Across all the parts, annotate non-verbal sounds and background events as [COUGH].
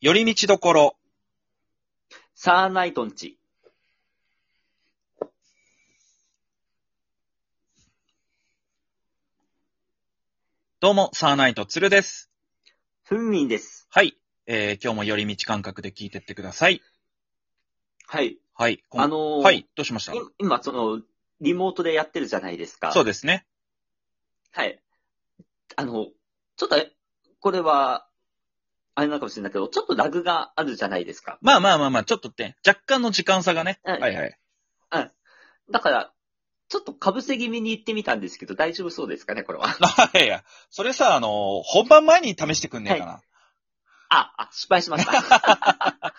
寄り道どころ。サーナイトンチ。どうも、サーナイトツルです。ふんみんです。はい。えー、今日も寄り道感覚で聞いてってください。はい。はい。こんあのーはい。どうしましたい今、その、リモートでやってるじゃないですか。そうでですね。す。はい。あの、ちょっと、これは、あれなのかもしれないけど、ちょっとラグがあるじゃないですか。まあまあまあまあ、ちょっとね、若干の時間差がね。ははいいはい。だから、ちょっとかぶせ気味に行ってみたんですけど、大丈夫そうですかね、これは。いやいや、それさ、あのー本番前に試してくんねえかな。 [LAUGHS] あ、あ、失敗しました。 [LAUGHS]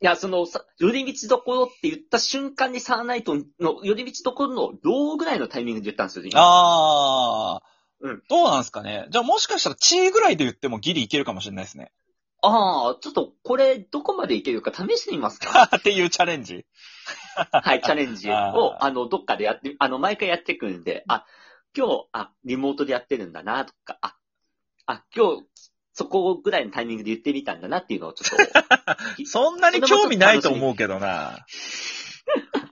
いや、その、さ寄り道どころって言った瞬間にサーナイトンの、寄り道どころの、ローぐらいのタイミングで言ったんですよ、今。あー。うんどうなんすかね。じゃあもしかしたら、チーぐらいで言ってもギリいけるかもしれないですね。 [LAUGHS] ああ、ちょっとこれどこまでいけるか試してみま [LAUGHS] すかっていうチャレンジ。はい、チャレンジを、ああの、どっかでやって、あの、毎回やっていくんで、あ、今日、あ、リモートでやってるんだな、とか、あ、あ、今日、そこぐらいのタイミングで言ってみたんだなっていうのをちょ [LAUGHS] っと、そんなに興味ないと思うけどな。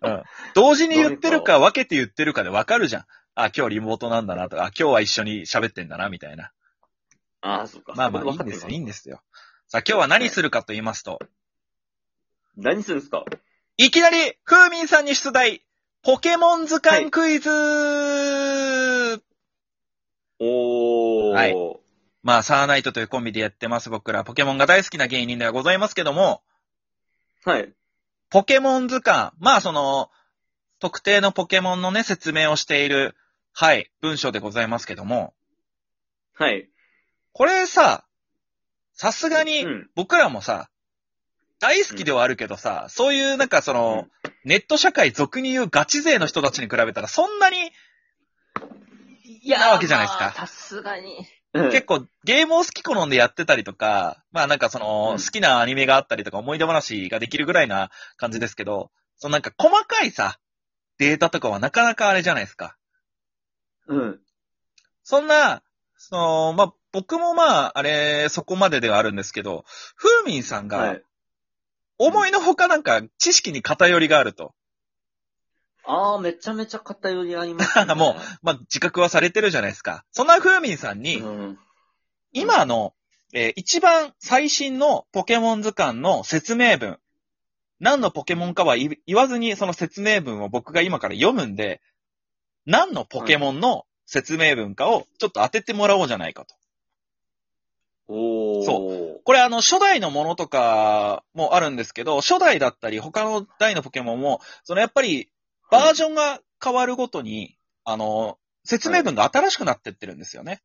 うん。同時に言ってるか、分けて言ってるかで分かるじゃん。あ、今日リモートなんだなとか、あ今日は一緒に喋ってんだな、みたいな。ああ、そっか。まあまあ、いそれい分かんってでるすなよ、いいんですよ。さあ、今日は何するかと言いますと、何するんですかいきなり、ふーみんさんに出題、ポケモン図鑑クイズ、おー。はいまあ、サーナイトというコンビでやってます、僕ら。ポケモンが大好きな芸人ではございますけども、はい。ポケモン図鑑。まあ、その、特定のポケモンのね、説明をしている、はい、文章でございますけども、はい。これさ、さすがうに、ん。僕らもさ、大好きではあるけどさ、そういうなんかその、ネット社会俗に言うガチ勢の人たちに比べたら、そんなにいやーなわけじゃないですかまあさすがに。うん結構ゲームを好き好んでやってたりとか、まあなんかその、うん好きなアニメがあったりとか思い出話ができるぐらいな感じですけど、そのなんか細かいさ、データとかはなかなかあれじゃないですか。うん。そんな、その、まあ、僕もまあ、あれ、そこまでではあるんですけど、ふーみんさんはが、い。思いのほかなんか、知識に偏りがあると。。ああ、めちゃめちゃ偏りあります、[LAUGHS] ねもまあ、自覚はされてるじゃないですか。そんなふーみんさんに、うん。今の、えー一番最新のポケモン図鑑の説明文。何のポケモンかは言言わずに、その説明文を僕が今から読むんで、何のポケモンの説明文かをちょっと当ててもらおうじゃないかと。おー。そこれあの、初代のものとかもあるんですけど、初代だったり他の代のポケモンも、そのやっぱりバージョンが変わるごとに、あの、説明文が新しくなってってるんですよね。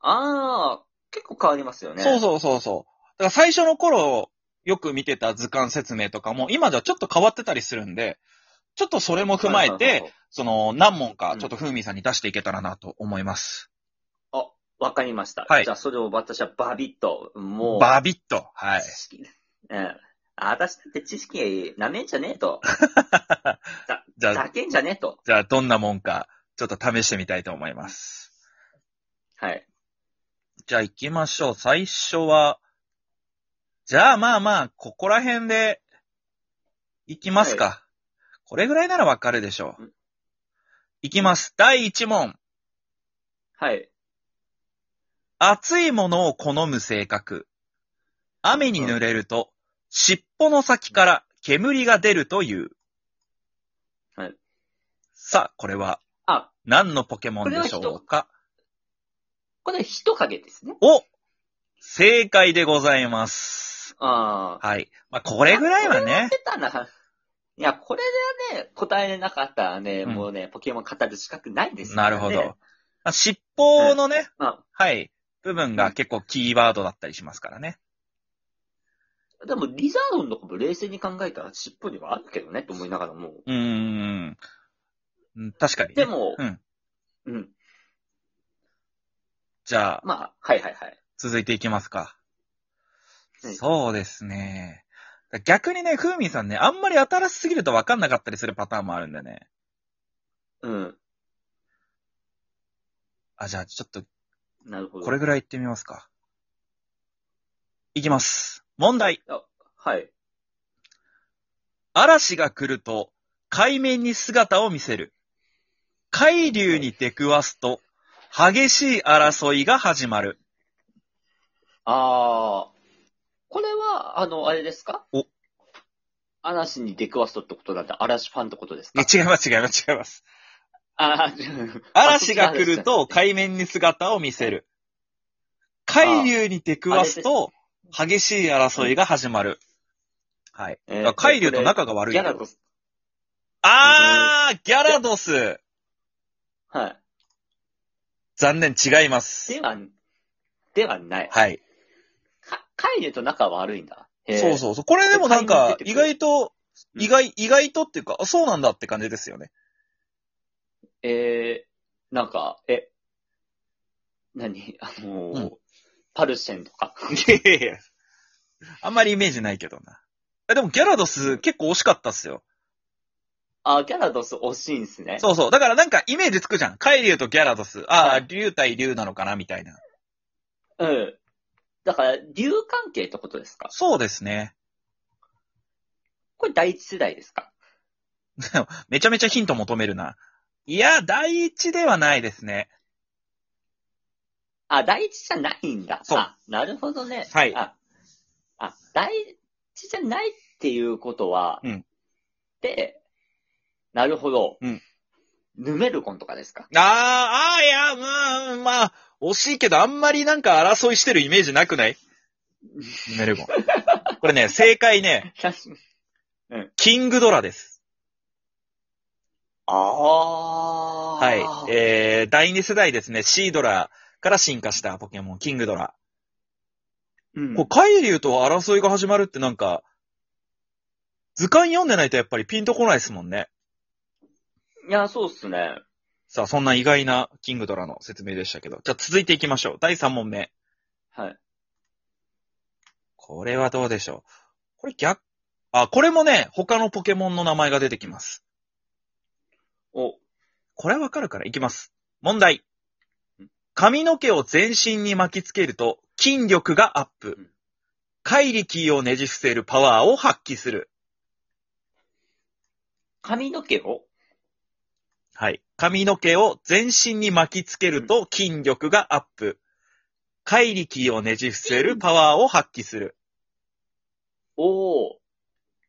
ああ、結構変わりますよね。そうそうそうそう。だから最初の頃、よく見てた図鑑説明とかも、今じゃちょっと変わってたりするんで、ちょっとそれも踏まえはいはいはいて、はい。その何問かう、んちょっとふーみんさんに出していけたらなと思います。わかりました。はいじゃあ、それを私はバビッと、もう。バビッと。はい知。識。うん。あ私だって知識なめんじゃねえと。じゃあ、だけんじゃねえと。じゃあどんなもんか、ちょっと試してみたいと思います。はい。じゃあ行きましょう。最初は、じゃあまあまあ、ここら辺で、行きますか。これぐらいならわかるでしょううん。行きます。第1問。はい。熱いものを好む性格。雨に濡れると、尻尾の先から煙が出るという。はい。さあ、これはあ、何のポケモンでしょうかこれ人影ですね。お正解でございます。ああ。はい。まあ、これぐらいはね、出たな。いや、これでね、答えれなかったらね、うんもうね、ポケモン語る資格ないですかならるね。ほど。ま。あ尻尾のね、まはい、部分が結構キーワードだったりしますからね。あ、でも、リザードンのこと冷静に考えたら尻尾にはあるけどね、と思いながらも。うーん。うん確かにね、でも、うん。うん。じゃあ、まあ、はいはいはい。続いていきますか。はいそうですね。逆にね、ふーみんさんね、あんまり新しすぎると分かんなかったりするパターンもあるんでね。うん。あ、じゃあちょっと、なるほど。これぐらい行ってみますか。いきます。問題。はい。嵐が来ると、海面に姿を見せる。海流に出くわすと、激しい争いが始まる。あー。これは、あの、あれですかお嵐に出くわすとってことなんで、嵐ファンってことですえか違います、違います、違います。あ [LAUGHS] 嵐が来ると、海海面に姿を見せる。海流に出くわすと、激しい争いが始まる。はい。だから海流と仲が悪いギャ。ラドス。あー、ギャラドス。はい。残念、違います。では、ではない。はい。か海流と仲悪いんだ。へーそうそうそう。これでもなんえか、海流意出てくる外と、うん意外、意外とっていうか、あそうなんだって感じですよね。えー、なんか、え、何 [LAUGHS] あのーうんパルシェンとか。いやいやいや。あんまりイメージないけどな。えでもギャラドス結構惜しかったっすよ。あ、ギャラドス惜しいんですね。そうそう。だからなんかイメージつくじゃん。海竜とギャラドス。あはあ、い竜対竜なのかなみたいな。う。うん。だから、竜関係ってことですかそうですね。これ第一世代ですかめちゃめちゃヒント求めるな。いや、第一ではないですね。あ、第一じゃないんだ。そうあ、なるほどね。はいあ、あ第一じゃないっていうことは、うんで、なるほど。うんヌメルコンとかですかあー、あーいや、まあ、まあ、惜しいけど、あんまりなんか争いしてるイメージなく [LAUGHS] ないメルゴン。これね、正解ね、キングドラです。ああ。はい。えー、第二世代ですね、シードラから進化したポケモン、キングドラ。うんこう、海流と争いが始まるってなんか、図鑑読んでないとやっぱりピンとこないですもんね。いや、そうっすね。さあ、そんな意外なキングドラの説明でしたけど。じゃあ続いていきましょう。第3問目。はい。これはどうでしょう。これ逆、あ、これもね、他のポケモンの名前が出てきます。お、これはわかるから、いきます。問題うん。髪の毛を全身に巻きつけると、筋力がアップうん。怪力をねじ伏せるパワーを発揮する。髪の毛をはい。髪の毛を全身に巻きつけると、筋力がアップ。怪力をねじ伏せるパワーを発揮する。おお。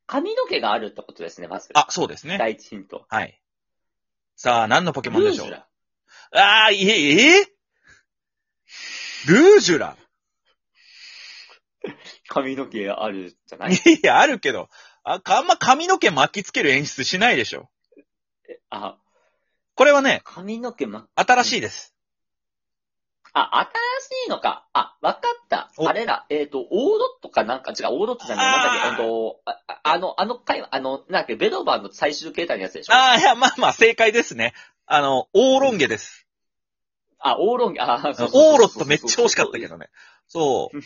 髪の毛があるってことですね、まず。あ、そうですね。第一ヒント。はい。さあ、何のポケモンでしょうルージュラああ、いえ、えルージュラ髪の毛あるじゃないいや、あるけど、あ、かあんま髪の毛巻きつける演出しないでしょ。あ、これはね、髪の毛ま、新しいです。あ、新しいのか。あ、わかった。おあれら、えっ、と、オードットかなんか違う、オードットじゃない、なんだっけ、あーあの、あああの、あの回、あの、なんだっけ、ベドバーの最終形態のやつでしょああ、いや、まあまあ、正解ですね。あの、オーロンゲです。あ、オーロン、あ、そうそうそうオーロットめっちゃ惜しかったけ。どね。そう。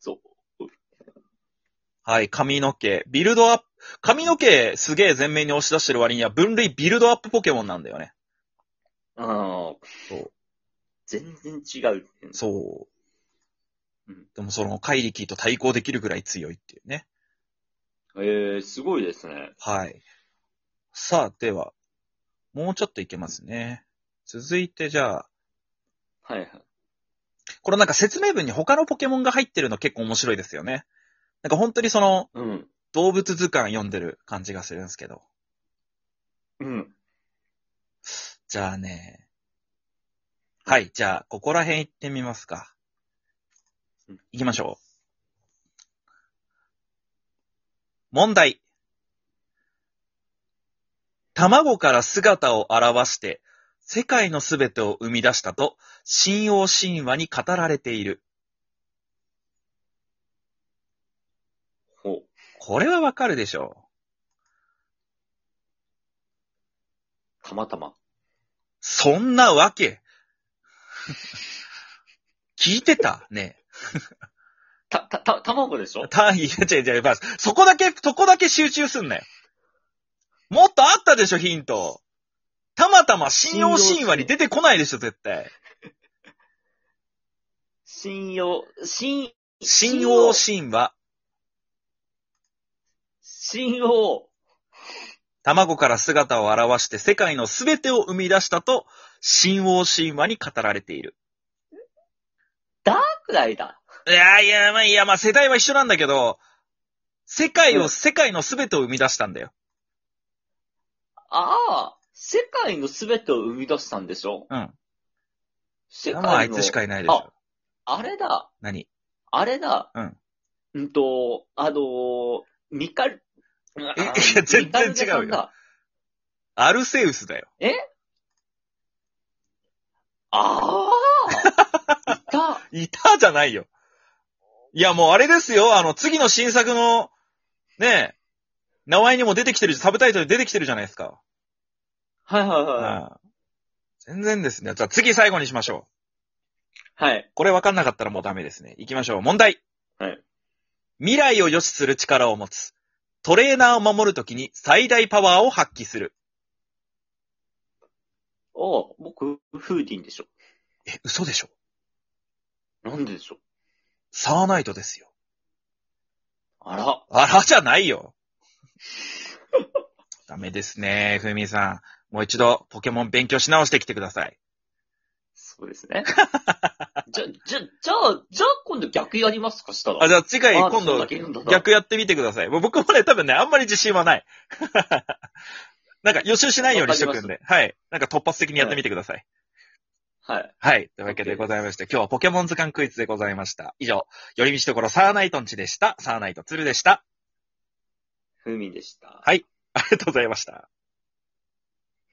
そう。はい、髪の毛。ビルドアップ。髪の毛すげえ前面に押し出してる割には分類ビルドアップポケモンなんだよね。うん。そう。全然違う。そううん。でもその、カイリキーと対抗できるぐらい強いっていうね。えー、すごいですね。はい。さあ、では、もうちょっといけますね。続いて、じゃあ、はいはい。これなんか説明文に他のポケモンが入ってるの結構面白いですよね。なんか本当にその、うん。動物図鑑読んでる感じがするんですけど。うん。じゃあね。はい、じゃあ、ここら辺行ってみますかうん。行きましょう。問題。卵から姿を現して、世界のすべてを生み出したと、神王神話に語られている。ほこれはわかるでしょう。たまたま。そんなわ [LAUGHS] け。聞いてたねた、た、た、卵でしょえ。単位、い [LAUGHS] や違う違う、まあそこだけ、そこだけ集中すんなよ。もっとあったでしょ、ヒント。たまたま信用神話に出てこないでしょ、絶対。信用、信新王神話、新王。卵から姿を現して世界のすべてを生み出したと、新王神話に語られている。くらいだ。いやいや、まあ、いや、まあ、世代は一緒なんだけど、世界を、うん世界のすべてを生み出したんだよ。ああ、世界のすべてを生み出したんでしょうん。世界まの。あ、あいつしかいないでしょ。あれだ。何あれだ。うん。うんと、あのー、ミカル、えいや全然違うよアルセウスだよ。ああいた。いたじゃないよ。いや、もうあれですよ。あの、次の新作の、ねえ、名前にも出てきてるし、サブタイトルに出てきてるじゃないですか。はいはいうんは全然ですね。じゃあ次最後にしましょ。。い。はいうこれ分かんなかったらもうダメですね。行きましょう。問題。はい未来を予知する力を持つ。トレーナーを守るときに最大パワーを発揮する。ああ、僕、フーディンでしょ。え、嘘でしょなんででしょう。サーナイトですよ。あら。あらじゃないよ。ダメですね、ふみさん。もう一度、ポケモン勉強し直してきてください。そうです [LAUGHS] ね。じゃ、じゃ、じゃあ、じゃあ今度逆やりますかしたら。あ、じゃあ次回、あ今そん度だけ言うんだ、な逆やってみてください。もう僕もね、多分ね、あんまり自信はない。 [LAUGHS] なんか予習しないようにしとくんで。はい。なんか突発的にやってみてください。はい。はい。というわけでございまして、今日はポケモン図鑑クイズでございました。以上、寄り道ところサーナイトンチでした。サーナイトツルでした。ふーみんでした。ありがとうございました。